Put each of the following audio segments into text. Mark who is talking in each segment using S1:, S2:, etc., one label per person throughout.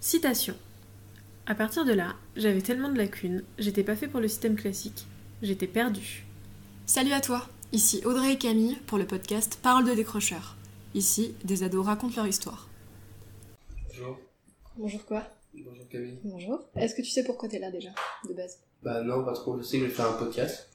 S1: Citation. À partir de là, j'avais tellement de lacunes, j'étais pas fait pour le système classique, j'étais perdu.
S2: Salut à toi, ici Audrey et Camille pour le podcast Parole de décrocheur. Ici, des ados racontent leur histoire.
S3: Bonjour.
S4: Bonjour quoi
S3: Bonjour Camille.
S4: Bonjour. Est-ce que tu sais pourquoi t'es là déjà, de base
S3: Bah non, pas trop. Je sais que je vais faire un podcast.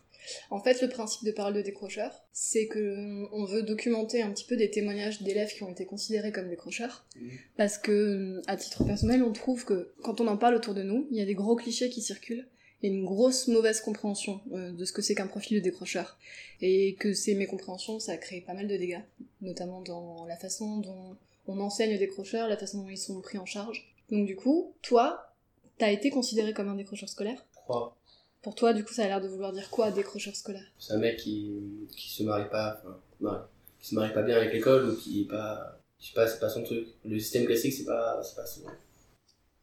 S4: En fait, le principe de Parole de décrocheur, c'est que on veut documenter un petit peu des témoignages d'élèves qui ont été considérés comme décrocheurs,
S3: Mhm.
S4: parce que, à titre personnel, on trouve que quand on en parle autour de nous, il y a des gros clichés qui circulent. et une grosse mauvaise compréhension euh, de ce que c'est qu'un profil de décrocheur. Et que ces mécompréhensions, ça crée pas mal de dégâts, notamment dans la façon dont on enseigne aux décrocheurs, la façon dont ils sont pris en charge. Donc du coup, toi, t'as été considéré comme un décrocheur scolaire
S3: Trois.
S4: Pour toi, du coup, ça a l'air de vouloir dire quoi, décrocheur scolaire
S3: C'est un mec qui, qui se marie pas, enfin, marie- qui se marie pas bien avec l'école ou qui est pas, je sais pas, c'est pas son truc. Le système classique, c'est pas, c'est pas son.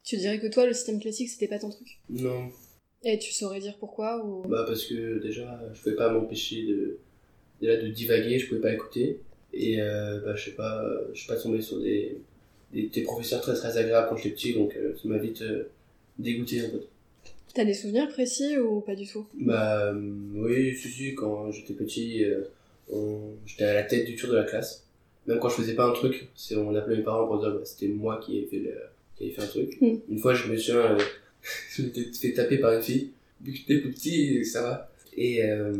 S4: Tu dirais que toi, le système classique, c'était pas ton truc
S3: Non.
S4: Et tu saurais dire pourquoi ou...
S3: Bah parce que déjà, je pouvais pas m'empêcher de, déjà de divaguer, je pouvais pas écouter. Et euh, bah je sais pas, je suis pas tombé sur des, des, des professeurs très très agréables quand j'étais petit, donc euh, ça m'a vite euh, dégoûté un peu.
S4: T'as des souvenirs précis ou pas du tout
S3: Bah euh, oui, si, si, quand j'étais petit, euh, on- j'étais à la tête du tour de la classe. Même quand je faisais pas un truc, c'est, on appelait mes parents pour dire bah, c'était moi qui avais fait, le- qui avait fait un truc.
S4: Mm.
S3: Une fois, je me suis euh, je m'étais fait taper par une fille. Vu que j'étais plus petit, ça va. Et, euh,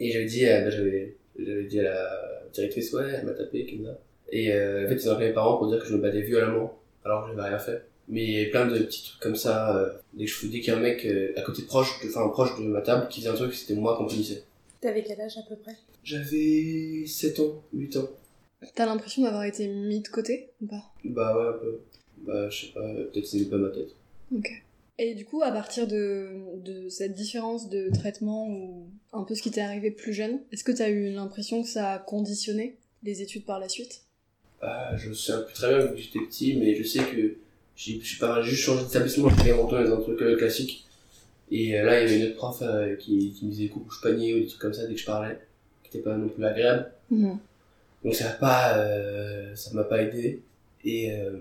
S3: et j'avais dit, euh, bah, j'avais, j'avais dit à la directrice, ouais, elle m'a tapé, comme ça. Et euh, en fait, ils ont appelé mes parents pour dire que je me battais violemment, alors que je n'avais rien fait. Mais il y avait plein de petits trucs comme ça. euh, dès que je dès qu'il y a un mec euh, à côté proche, de- enfin proche de ma table, qui faisait un truc, c'était moi qu'on punissait.
S5: T'avais quel âge à peu près
S3: J'avais 7 ans, 8 ans.
S4: T'as l'impression d'avoir été mis de côté ou pas
S3: Bah ouais, un peu. Bah je sais pas, euh, peut-être c'était pas ma tête.
S4: Et du coup, à partir de, de cette différence de traitement ou un peu ce qui t'est arrivé plus jeune, est-ce que t'as eu l'impression que ça a conditionné les études par la suite
S3: Bah je sais plus très bien vu que j'étais petit, mais je sais que j'ai, je suis pas juste changé d'établissement, j'étais longtemps dans un truc euh, classique. Et euh, là, il y avait une autre prof euh, qui, qui me disait coucou, je panier ou des trucs comme ça dès que je parlais, qui était pas non plus agréable. Donc ça m'a pas, euh, ça m'a pas aidé. Et euh,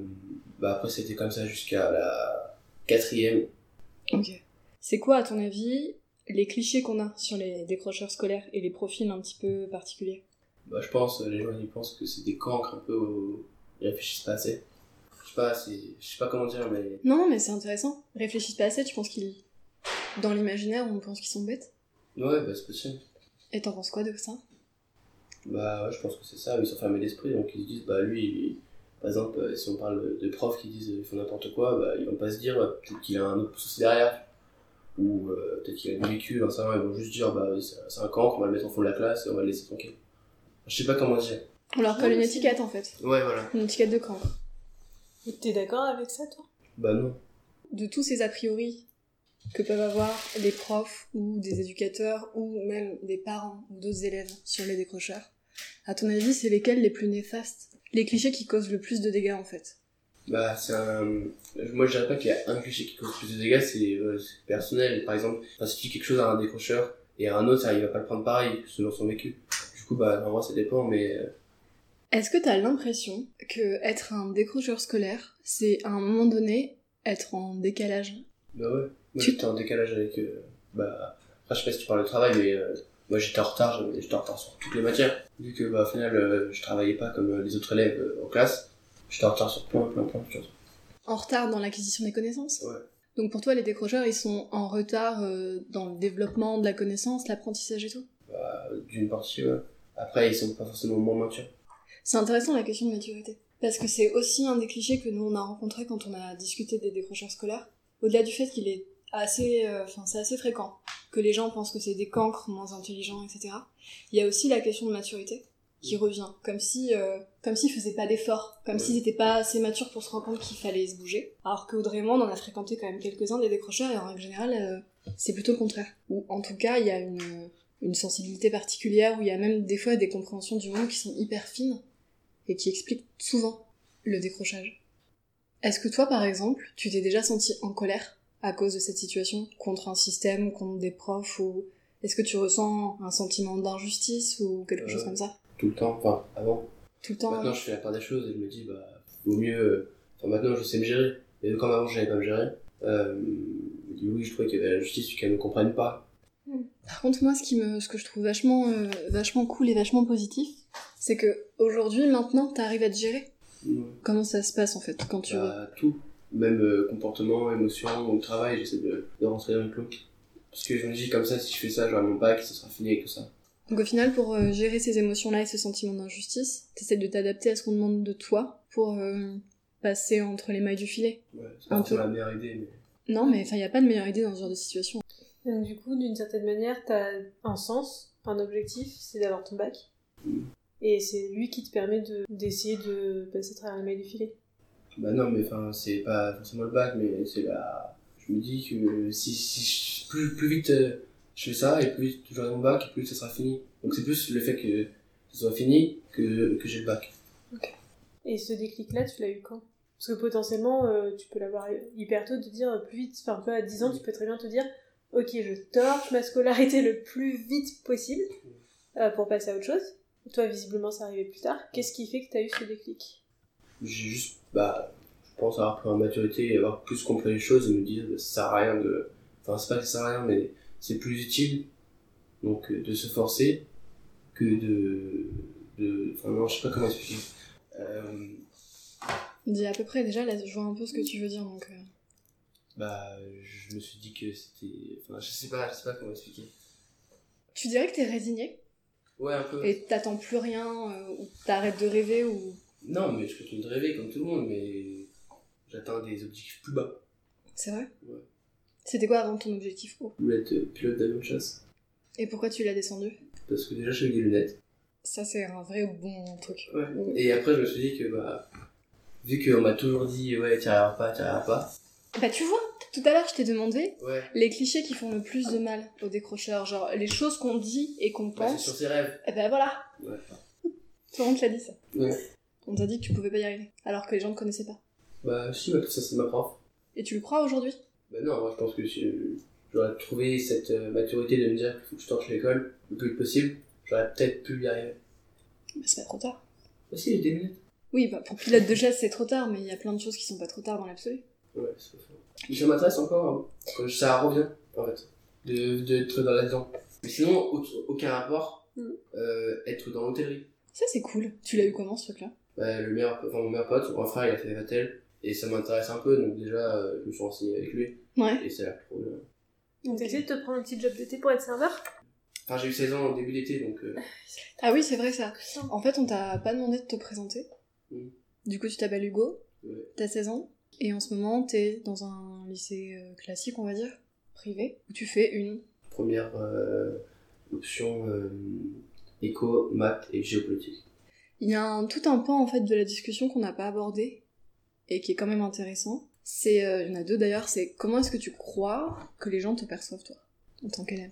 S3: bah après c'était comme ça jusqu'à la quatrième.
S4: Ok. C'est quoi, à ton avis, les clichés qu'on a sur les décrocheurs scolaires et les profils un petit peu particuliers
S3: Bah je pense euh, les gens ils pensent que c'est des cancres un peu, au- ils réfléchissent pas assez. Je sais pas, c'est, je sais pas comment dire mais
S4: Non, mais c'est intéressant. Réfléchis pas assez, tu penses qu'ils... Dans l'imaginaire, on pense qu'ils sont bêtes.
S3: ouais bah c'est possible.
S4: Et t'en penses quoi de ça
S3: Bah ouais, je pense que c'est ça. Ils sont fermés d'esprit donc ils se disent bah lui, il- par exemple euh, si on parle de profs qui disent euh, ils font n'importe quoi, bah ils vont pas se dire bah, peut-être qu'il a un autre souci derrière ou euh, peut-être qu'il a du vécu, j'en sais rien. Ils vont juste dire bah oui, c'est c'est un cancre, on va le mettre en fond de la classe et on va le laisser tranquille. Je sais pas comment dire.
S4: On leur colle
S5: Ouais,
S4: une
S5: mais c'est-
S4: étiquette, en fait.
S3: Ouais, voilà.
S4: Une étiquette de camp.
S5: Et T'es d'accord avec ça, toi
S3: Bah non.
S4: de tous ces a priori que peuvent avoir des profs ou des éducateurs ou même des parents ou d'autres élèves sur les décrocheurs, à ton avis, c'est lesquels les plus néfastes Les clichés qui causent le plus de dégâts en fait.
S3: Bah, c'est un. Moi, je dirais pas qu'il y a un cliché qui cause plus de dégâts, c'est euh, c'est personnel. Par exemple, enfin, si tu dis quelque chose à un décrocheur et à un autre, ça, il va pas le prendre pareil, selon son vécu. Du coup, bah, en vrai, ça dépend, mais. euh,
S4: Est-ce que t'as l'impression que être un décrocheur scolaire, c'est à un moment donné être en décalage
S3: Bah ouais. Moi,
S4: Tu-
S3: j'étais en décalage avec. euh, Bah. Enfin, je sais pas si tu parles de travail, mais. euh, Moi, j'étais en retard, j'avais- j'étais en retard sur toutes les matières. Vu que, bah, au final, euh, je travaillais pas comme euh, les autres élèves euh, en classe, j'étais en retard sur plein, plein, plein de choses.
S4: En retard dans l'acquisition des connaissances
S3: Ouais.
S4: Donc pour toi, les décrocheurs, ils sont en retard euh, dans le développement de la connaissance, l'apprentissage et tout
S3: Euh, D'une partie, ouais. Après, ils sont pas forcément moins matures.
S4: C'est intéressant la question de maturité. Parce que c'est aussi un des clichés que nous on a rencontré quand on a discuté des décrocheurs scolaires. Au-delà du fait qu'il est assez, euh, enfin c'est assez fréquent que les gens pensent que c'est des cancres moins intelligents, etc. Il y a aussi la question de maturité qui revient, comme si, euh, comme s'ils faisaient pas d'efforts, comme s'ils étaient pas assez matures pour se rendre compte qu'il fallait se bouger. Alors qu'Audrey Monde on en a fréquenté quand même quelques-uns des décrocheurs et en règle générale, euh, c'est plutôt le contraire. Ou en tout cas, il y a une, une sensibilité particulière où il y a même des fois des compréhensions du monde qui sont hyper fines et qui explique souvent le décrochage. Est-ce que toi, par exemple, tu t'es déjà senti en colère à cause de cette situation, contre un système, contre des profs, ou est-ce que tu ressens un sentiment d'injustice ou quelque
S3: Euh,
S4: chose comme ça
S3: Tout le temps, enfin, avant.
S4: Tout le temps
S3: bah, euh, Maintenant, je fais la part des choses et je me dis, bah, vaut mieux. euh, Enfin, maintenant, je sais me gérer. Mais vu qu'en avant, je savais pas me gérer, euh, du coup, oui, je trouvais qu'il y avait la justice, qu'elle ne comprenne pas.
S4: Par contre, moi, ce, qui me, ce que je trouve vachement, euh, vachement cool et vachement positif, c'est que aujourd'hui, maintenant, t'arrives à te gérer.
S3: Ouais.
S4: Comment ça se passe en fait quand tu.
S3: Bah, tout. Même euh, comportement, émotion, au travail, j'essaie de, de rentrer dans le clou. Parce que je me dis, comme ça, si je fais ça, j'aurai mon bac, ça sera fini avec tout ça.
S4: Donc au final, pour euh, gérer ces émotions-là et ce sentiment d'injustice, t'essaies de t'adapter à ce qu'on demande de toi pour euh, passer entre les mailles du filet.
S3: Ouais, c'est pas
S4: Un
S3: forcément
S4: peu.
S3: la meilleure idée, mais.
S4: Non, mais enfin, y a pas de meilleure idée dans ce genre de situation.
S5: Donc du coup, d'une certaine manière, t'as un sens, un objectif, c'est d'avoir ton bac. Et c'est lui qui te permet de- d'essayer de, passer à travers les mailles du filet.
S3: Bah non, mais enfin, c'est pas forcément le bac, mais c'est la. Je me dis que si, si je- plus, plus vite euh, je fais ça, et plus vite j'aurai mon bac, et plus vite ça sera fini. Donc c'est plus le fait que ça soit fini que, que j'ai le bac.
S5: Et ce déclic-là, tu l'as eu quand Parce que potentiellement, euh, tu peux l'avoir hyper tôt, de dire euh, plus vite, enfin, tu vois, à 10 ans, tu peux très bien te dire, ok, je torche ma scolarité le plus vite possible euh, pour passer à autre chose. Toi, visiblement, ça arrivait plus tard. Qu'est-ce qui fait que t'as eu ce déclic
S3: J'ai juste, bah, je pense avoir pris en maturité et avoir plus compris les choses et me dire, ça sert à rien de. Enfin, c'est pas que ça sert à rien, mais c'est plus utile, donc, euh, de se forcer que de. de... Enfin, non, je sais pas comment expliquer. Euh,
S4: Dis à peu près déjà, là, je vois un peu ce que tu veux dire. Donc, euh,
S3: bah, je me suis dit que c'était. Enfin, je sais pas, je sais pas comment expliquer.
S4: Tu dirais que t'es résigné
S3: Ouais, un peu.
S4: et t'attends plus rien, euh, ou t'arrêtes de rêver, ou.
S3: Non, mais je continue de rêver comme tout le monde, mais j'atteins des objectifs plus bas.
S4: C'est vrai
S3: Ouais.
S4: C'était quoi avant ton objectif pro
S3: Je voulais être euh, pilote d'avion de chasse,
S4: Et pourquoi tu l'as descendu
S3: parce que déjà j'avais des lunettes.
S4: Ça, c'est un vrai bon truc.
S3: Ouais. Et après, je me suis dit que, bah, vu qu'on m'a toujours dit, ouais, t'y arriveras pas, t'y arriveras pas.
S4: Bah, tu vois, tout à l'heure, je t'ai demandé
S3: Ouais.
S4: Les clichés qui font le plus de mal aux décrocheurs, genre les choses qu'on dit et qu'on
S3: Bah, c'est
S4: pense,
S3: sur ses rêves.
S4: et ben voilà,
S3: Ouais.
S4: toi on te l'a dit ça.
S3: Ouais.
S4: On t'a dit que tu pouvais pas y arriver, alors que les gens ne connaissaient pas.
S3: Bah, si, ouais, ça, c'est ma prof.
S4: Et tu le crois aujourd'hui
S3: Bah, non, moi, je pense que si j'aurais trouvé cette euh, maturité de me dire qu'il faut que je torche l'école le plus vite possible, j'aurais peut-être pu y arriver.
S4: Bah, C'est pas trop tard.
S3: Bah, si, j'ai des lunettes.
S4: Oui, bah pour pilote de chasse c'est trop tard, mais il y a plein de choses qui sont pas trop tard dans l'absolu.
S3: Ouais, c'est pas faux. Mais Ça m'intéresse encore, hein, quand ça revient, en fait, de- d'être dans là-dedans. Mais sinon, au- aucun rapport,
S5: Mm.
S3: euh, être dans l'hôtellerie.
S4: Ça c'est cool. Tu l'as eu comment ce truc-là
S3: Bah, le meilleur, enfin, mon meilleur pote, son grand frère, il a fait Vatel, et ça m'intéresse un peu, donc déjà, euh, je me suis renseigné avec lui,
S4: Ouais.
S3: et ça a l'air trop bien.
S5: Donc, t'essayes de te prendre un petit job d'été pour être serveur
S3: Enfin, j'ai eu 16 ans au début d'été, donc euh,
S4: Ah oui, c'est vrai ça. En fait, on t'a pas demandé de te présenter.
S3: Mm.
S4: Du coup, tu t'appelles Hugo,
S3: Ouais.
S4: t'as 16 ans, et en ce moment, t'es dans un lycée euh, classique, on va dire, privé, où tu fais une
S3: première euh, option euh, éco, maths et géopolitique.
S4: Il y a un- tout un pan en fait de la discussion qu'on n'a pas abordé et qui est quand même intéressant. C'est, euh, il y en a deux d'ailleurs, c'est comment est-ce que tu crois que les gens te perçoivent toi en tant qu'élève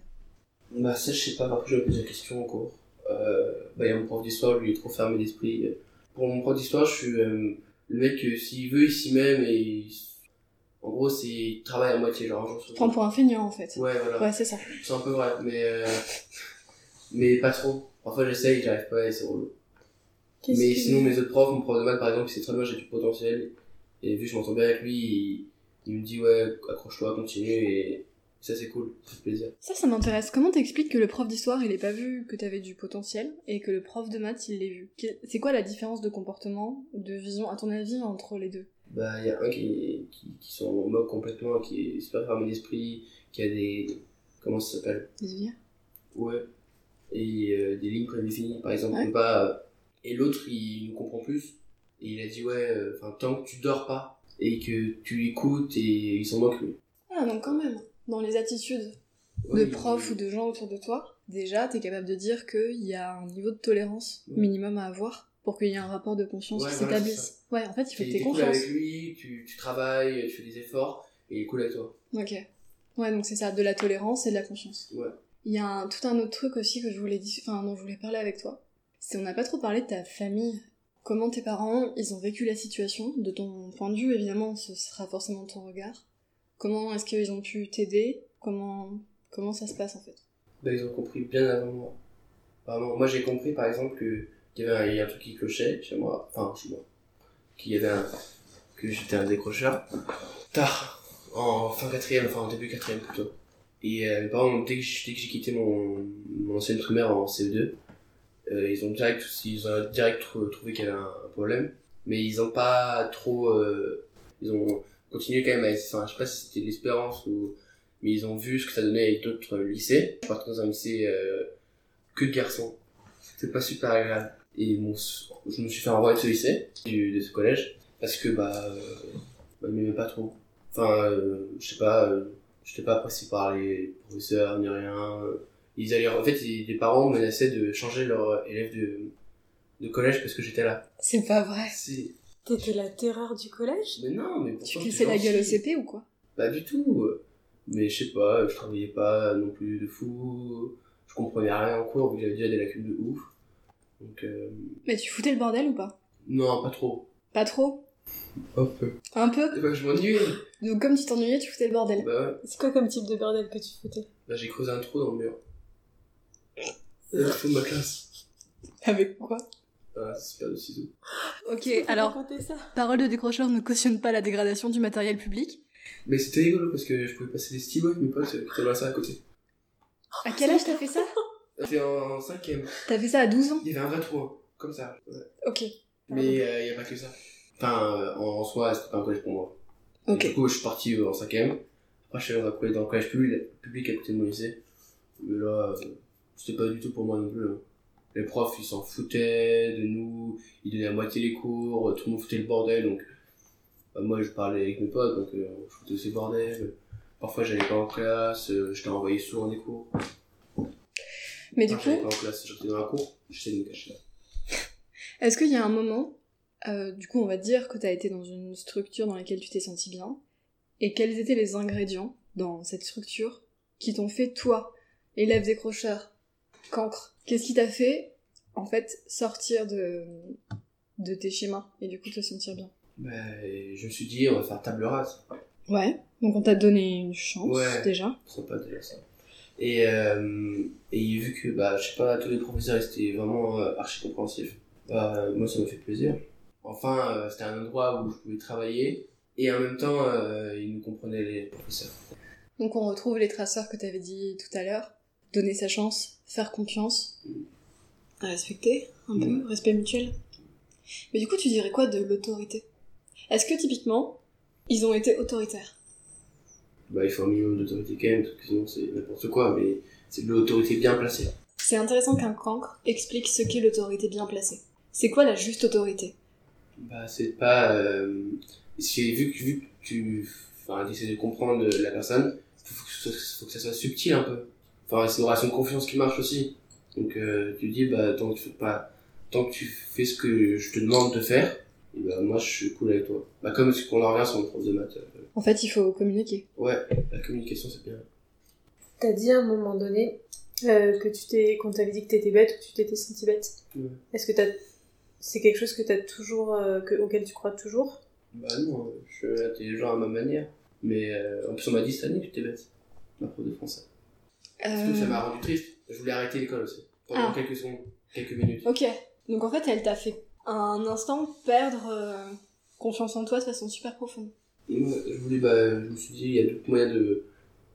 S3: Bah, ça, je sais pas, après, j'ai posé la question en cours. Euh, bah, il y a mon prof d'histoire, lui, il est trop fermé d'esprit. Pour mon prof d'histoire, je suis euh, le mec, que s'il veut, il s'y met, mais il... en gros, c'est il travaille à moitié, genre un jour sur
S4: Prends pour un feignant en fait.
S3: Ouais, voilà.
S4: Ouais, c'est ça.
S3: C'est un peu vrai, mais, euh, mais pas trop. Parfois j'essaye, j'arrive pas et c'est relou.
S5: Qu'est-ce
S3: Mais
S5: qui-
S3: sinon, mes autres profs, mon prof de maths par exemple, c'est très bien, j'ai du potentiel. Et vu que je m'entends bien avec lui, il, il me dit ouais, accroche-toi, continue et ça c'est cool, ça fait plaisir.
S4: Ça, ça m'intéresse. Comment t'expliques que le prof d'histoire il ait pas vu que t'avais du potentiel et que le prof de maths il l'ait vu Que- C'est quoi la différence de comportement, de vision, à ton avis, entre les deux
S3: Bah, il y a un qui, qui, qui s'en moque complètement, qui est super fermé d'esprit, qui a des. Comment ça s'appelle Ouais. Et euh, des lignes prédéfinies, par exemple,
S4: Ouais.
S3: on peut pas. euh, Et l'autre, il nous comprend plus. Et il a dit, ouais, euh, enfin, tant que tu dors pas et que tu écoutes et il s'en moque. lui.
S4: Ah, donc quand même. Dans les attitudes
S3: Ouais,
S4: de
S3: il-
S4: profs ou de gens autour de toi, déjà, t'es capable de dire qu'il y a un niveau de tolérance
S3: Ouais.
S4: minimum à avoir pour qu'il y ait un rapport de confiance
S3: Ouais,
S4: qui
S3: voilà,
S4: s'établisse. Ouais, en fait, il faut
S3: t'es-
S4: que t'aies
S3: t'es cool
S4: confiance.
S3: avec lui, tu, tu travailles, tu fais des efforts et il est cool avec toi.
S4: Ok. Ouais, donc c'est ça, de la tolérance et de la confiance.
S3: Ouais.
S4: Il y a un- tout un autre truc aussi que je voulais, dis- enfin, dont je voulais parler avec toi. C'est on n'a pas trop parlé de ta famille. Comment tes parents, ils ont vécu la situation, de ton point de vue, évidemment, ce sera forcément ton regard. Comment est-ce qu'ils ont pu t'aider Comment... Comment ça se passe en fait
S3: Bah, ils ont compris bien avant moi. Vraiment, moi j'ai compris par exemple que qu'il y avait un, il y a un truc qui clochait chez moi, enfin chez moi, qu'il y avait un, que j'étais un décrocheur. Tard, en fin quatrième, enfin en début quatrième plutôt. Et euh, mes parents, dès que j'ai dès que j'ai quitté mon, mon ancienne primaire en CE2, euh, ils ont direct, ils ont direct trou- trouvé qu'il y avait un, un problème. Mais ils ont pas trop, euh, ils ont continué quand même à, enfin, je sais pas si c'était de l'espérance ou, mais ils ont vu ce que ça donnait avec d'autres lycées. Je partais dans un lycée, euh, que de garçons. C'était pas super agréable. Et mon, je me suis fait envoyer de ce lycée, du, de ce collège, parce que, bah, euh, bah, ils m'aimaient pas trop. Enfin, euh, je sais pas, euh, j'étais pas apprécié par les professeurs ni rien. Ils allaient, en fait, ils- les parents menaçaient de changer leur élève de, de collège parce que j'étais là.
S4: C'est pas vrai.
S3: Si.
S5: T'étais la terreur du collège
S3: Mais non, mais pourquoi
S4: Tu
S3: t'es
S4: glissais la
S3: gentil
S4: gueule au CP ou quoi
S3: Pas du tout. Mais je sais pas, je travaillais pas non plus de fou. Je comprenais rien en cours, vu que j'avais déjà des lacunes de ouf. Donc, euh,
S4: Mais tu foutais le bordel ou pas
S3: non, pas trop.
S4: Pas trop
S3: Un peu.
S4: Un peu
S3: Et bah, je m'ennuie.
S4: Donc comme tu t'ennuyais, tu foutais le
S3: bah,
S4: bordel.
S3: ouais.
S5: C'est quoi comme type de bordel que tu foutais
S3: Bah, j'ai creusé un trou dans le mur. C'est le trou de ma classe.
S4: Avec quoi
S3: Ah, c'est super de ciseaux.
S4: Ok, alors,
S5: Raconter ça
S4: parole de décrocheur ne cautionne pas la dégradation du matériel public.
S3: Mais c'était rigolo parce que je pouvais passer des stylos avec mes potes euh, qui étaient dans la salle à côté.
S4: À quel âge t'as fait ça
S3: C'était en cinquième.
S4: T'as fait ça à 12 ans
S3: Il y avait un vrai trou, hein, comme ça. Ouais.
S4: Ok.
S3: Mais euh, il y a pas que ça. Enfin, euh, en en soi, c'était pas un collège pour moi. Et
S4: Ok.
S3: Du coup, je suis parti euh, en cinquième. Après, je suis allé dans un collège- dans le collège public, public à côté de mon lycée. Mais là, euh, c'était pas du tout pour moi non plus. hein. Les profs, ils s'en foutaient de nous. Ils donnaient à moitié les cours. Tout le monde foutait le bordel. Donc, bah, moi, je parlais avec mes potes. Donc, euh, on foutait aussi le bordel. Parfois, j'allais pas en classe. euh, J'étais envoyé souvent des cours.
S4: Mais du
S3: Enfin, j'allais
S4: coup,
S3: pas en classe. J'étais dans la cour. J'essayais de me cacher.
S4: est-ce qu'il y a un moment, euh, du coup on va dire que t'as été dans une structure dans laquelle tu t'es senti bien, et quels étaient les ingrédients dans cette structure qui t'ont fait toi, élève décrocheur, cancre Qu'est-ce qui t'a fait, en fait, sortir de, de tes schémas et du coup te sentir bien
S3: Bah, et je me suis dit, on va faire table rase.
S4: Ouais, donc on t'a donné une chance
S3: Ouais.
S4: déjà.
S3: trop pas déjà ça. Et, euh, et vu que, bah, je sais pas, tous les professeurs ils étaient vraiment euh, archi compréhensifs, bah, euh, moi ça m'a fait plaisir. Enfin, euh, c'était un endroit où je pouvais travailler et en même temps, euh, ils nous comprenaient les professeurs.
S4: Donc on retrouve les traceurs que t'avais dit tout à l'heure, donner sa chance, faire confiance, respecter un peu, respect mutuel. Mais du coup, tu dirais quoi de l'autorité Est-ce que typiquement, ils ont été autoritaires
S3: Bah, il faut un minimum d'autorité quand même, parce que sinon c'est n'importe quoi, mais c'est de l'autorité bien placée.
S4: C'est intéressant qu'un cancre explique ce qu'est l'autorité bien placée. C'est quoi la juste autorité
S3: Bah, c'est pas. Euh, c'est- vu, que, vu que tu. Enfin, essaies de comprendre la personne, faut, faut, que ce soit- faut que ça soit subtil un peu. Enfin, c'est une relation de confiance qui marche aussi. Donc, euh, tu dis, bah, tant que, tu- bah, tant que tu fais ce que je te demande de faire, et bah, moi, je suis cool avec toi. Bah, comme ce qu'on en revient sur le prof de maths. euh,
S4: En fait, il faut communiquer.
S3: Ouais, la communication, c'est bien.
S5: T'as dit à un moment donné euh, que tu t'es, qu'on t'avait dit que t'étais bête ou que tu t'étais senti bête.
S3: Ouais.
S5: Est-ce que t'as, c'est quelque chose que t'as toujours, euh, que- auquel tu crois toujours
S3: Bah, non, je suis intelligent à ma manière. Mais, euh, en plus, on m'a dit cette année que j'étais bête. Ma prof de français.
S4: Euh,
S3: Surtout que ça m'a rendu triste. Je voulais arrêter l'école aussi. Pendant
S4: Ah.
S3: quelques secondes, quelques minutes.
S4: Ok, donc en fait, elle t'a fait à un instant perdre euh, confiance en toi de façon super profonde.
S3: Et moi, je voulais, bah, je me suis dit, il y a d'autres moyens de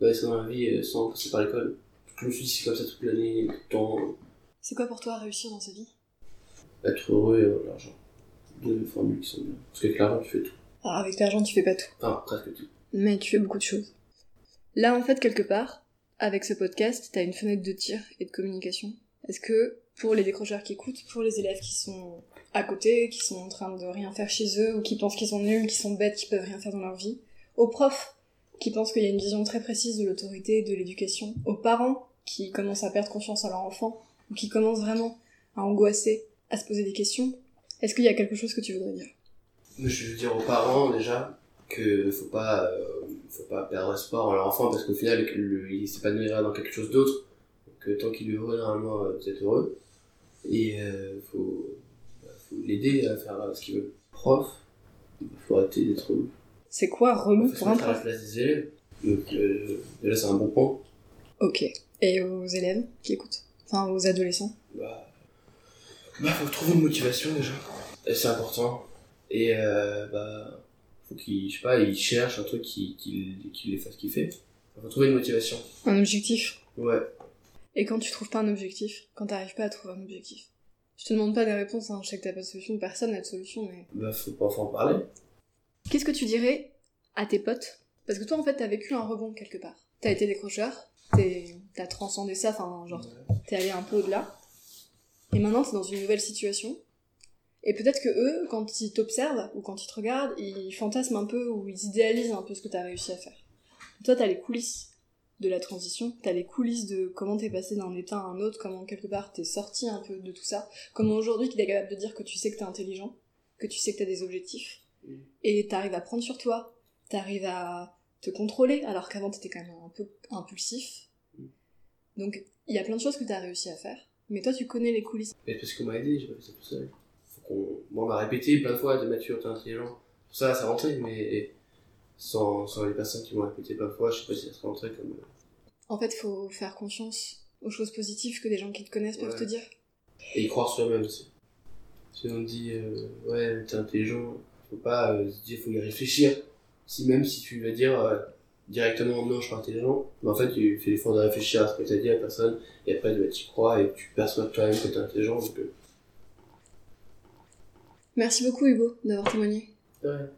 S3: rester dans la vie euh, sans passer par l'école. Je me suis dit, c'est comme ça toute l'année, tout le temps, euh,
S4: C'est quoi pour toi réussir dans sa vie
S3: être heureux et avoir de l'argent. Deux formules qui sont bien. Parce qu'avec l'argent, tu fais tout.
S4: Alors avec l'argent, tu fais pas tout.
S3: Enfin, presque tout.
S4: mais tu fais beaucoup de choses. Là, en fait, quelque part, avec ce podcast, t'as une fenêtre de tir et de communication. Est-ce que, pour les décrocheurs qui écoutent, pour les élèves qui sont à côté, qui sont en train de rien faire chez eux, ou qui pensent qu'ils sont nuls, qui sont bêtes, qui peuvent rien faire dans leur vie, aux profs qui pensent qu'il y a une vision très précise de l'autorité, de l'éducation, aux parents qui commencent à perdre confiance en leur enfant, ou qui commencent vraiment à angoisser, à se poser des questions, est-ce qu'il y a quelque chose que tu voudrais dire
S3: Mais je veux dire aux parents, déjà, que faut pas, euh, faut pas perdre espoir en leur enfant, parce qu'au final, que le- il s'épanouira dans quelque chose d'autre. Donc, euh, tant qu'il est heureux, normalement, euh, vous êtes heureux. Et, euh, faut, bah, faut l'aider à faire euh, ce qu'il veut. Prof, faut arrêter d'être
S4: C'est quoi
S3: On
S4: relou
S3: fait se
S4: pour un
S3: mettre à la
S4: prof
S3: place des élèves. Donc euh, déjà c'est un bon point.
S4: Ok. Et aux élèves qui écoutent Enfin, aux adolescents
S3: Bah, bah faut trouver une motivation déjà. Et C'est important. Et euh, bah faut qu'ils, je sais pas, ils cherchent un truc qui, qui, qui les fasse kiffer. Faut trouver une motivation.
S4: Un objectif.
S3: Ouais.
S4: Et quand tu trouves pas un objectif, quand t'arrives pas à trouver un objectif, je te demande pas des réponses, hein, je sais que t'as pas de solution, personne n'a de solution, mais.
S3: Bah, faut pas faut en parler.
S4: Qu'est-ce que tu dirais à tes potes Parce que toi, en fait, t'as vécu un rebond quelque part. T'as été décrocheur, t'es- t'as transcendé ça, enfin, genre, t'es allé un peu au-delà. Et maintenant, t'es dans une nouvelle situation. Et peut-être que eux, quand ils t'observent ou quand ils te regardent, ils fantasment un peu ou ils idéalisent un peu ce que t'as réussi à faire. Toi, t'as les coulisses de la transition, t'as les coulisses de comment t'es passé d'un état à un autre, comment quelque part t'es sorti un peu de tout ça, comment aujourd'hui t'es capable de dire que tu sais que t'es intelligent, que tu sais que t'as des objectifs,
S3: Mm.
S4: et t'arrives à prendre sur toi, t'arrives à te contrôler, alors qu'avant t'étais quand même un peu impulsif.
S3: Mm.
S4: Donc il y a plein de choses que t'as réussi à faire, mais toi tu connais les coulisses.
S3: Mais parce qu'on m'a aidé, j'ai pas fait ça tout seul. Faut qu'on, bon, on m'a répété plein de fois de Mathieu, t'es intelligent. Pour ça, ça rentrait, mais sans, sans les personnes qui m'ont répété plein de fois, je sais pas si ça serait rentré comme,
S4: En fait, faut faire confiance aux choses positives que des gens qui te connaissent peuvent
S3: Ouais.
S4: te dire.
S3: et y croire sur eux-mêmes aussi. Si on dit euh, ouais t'es intelligent, faut pas euh, se dire faut y réfléchir. Si même si tu vas dire euh, directement non je suis pas intelligent, mais en fait tu fais l'effort de réfléchir à ce que t'as dit à la personne et après bah, tu crois et tu perçois toi-même que t'es intelligent. Donc, euh,
S4: Merci beaucoup Hugo d'avoir témoigné.
S3: ouais.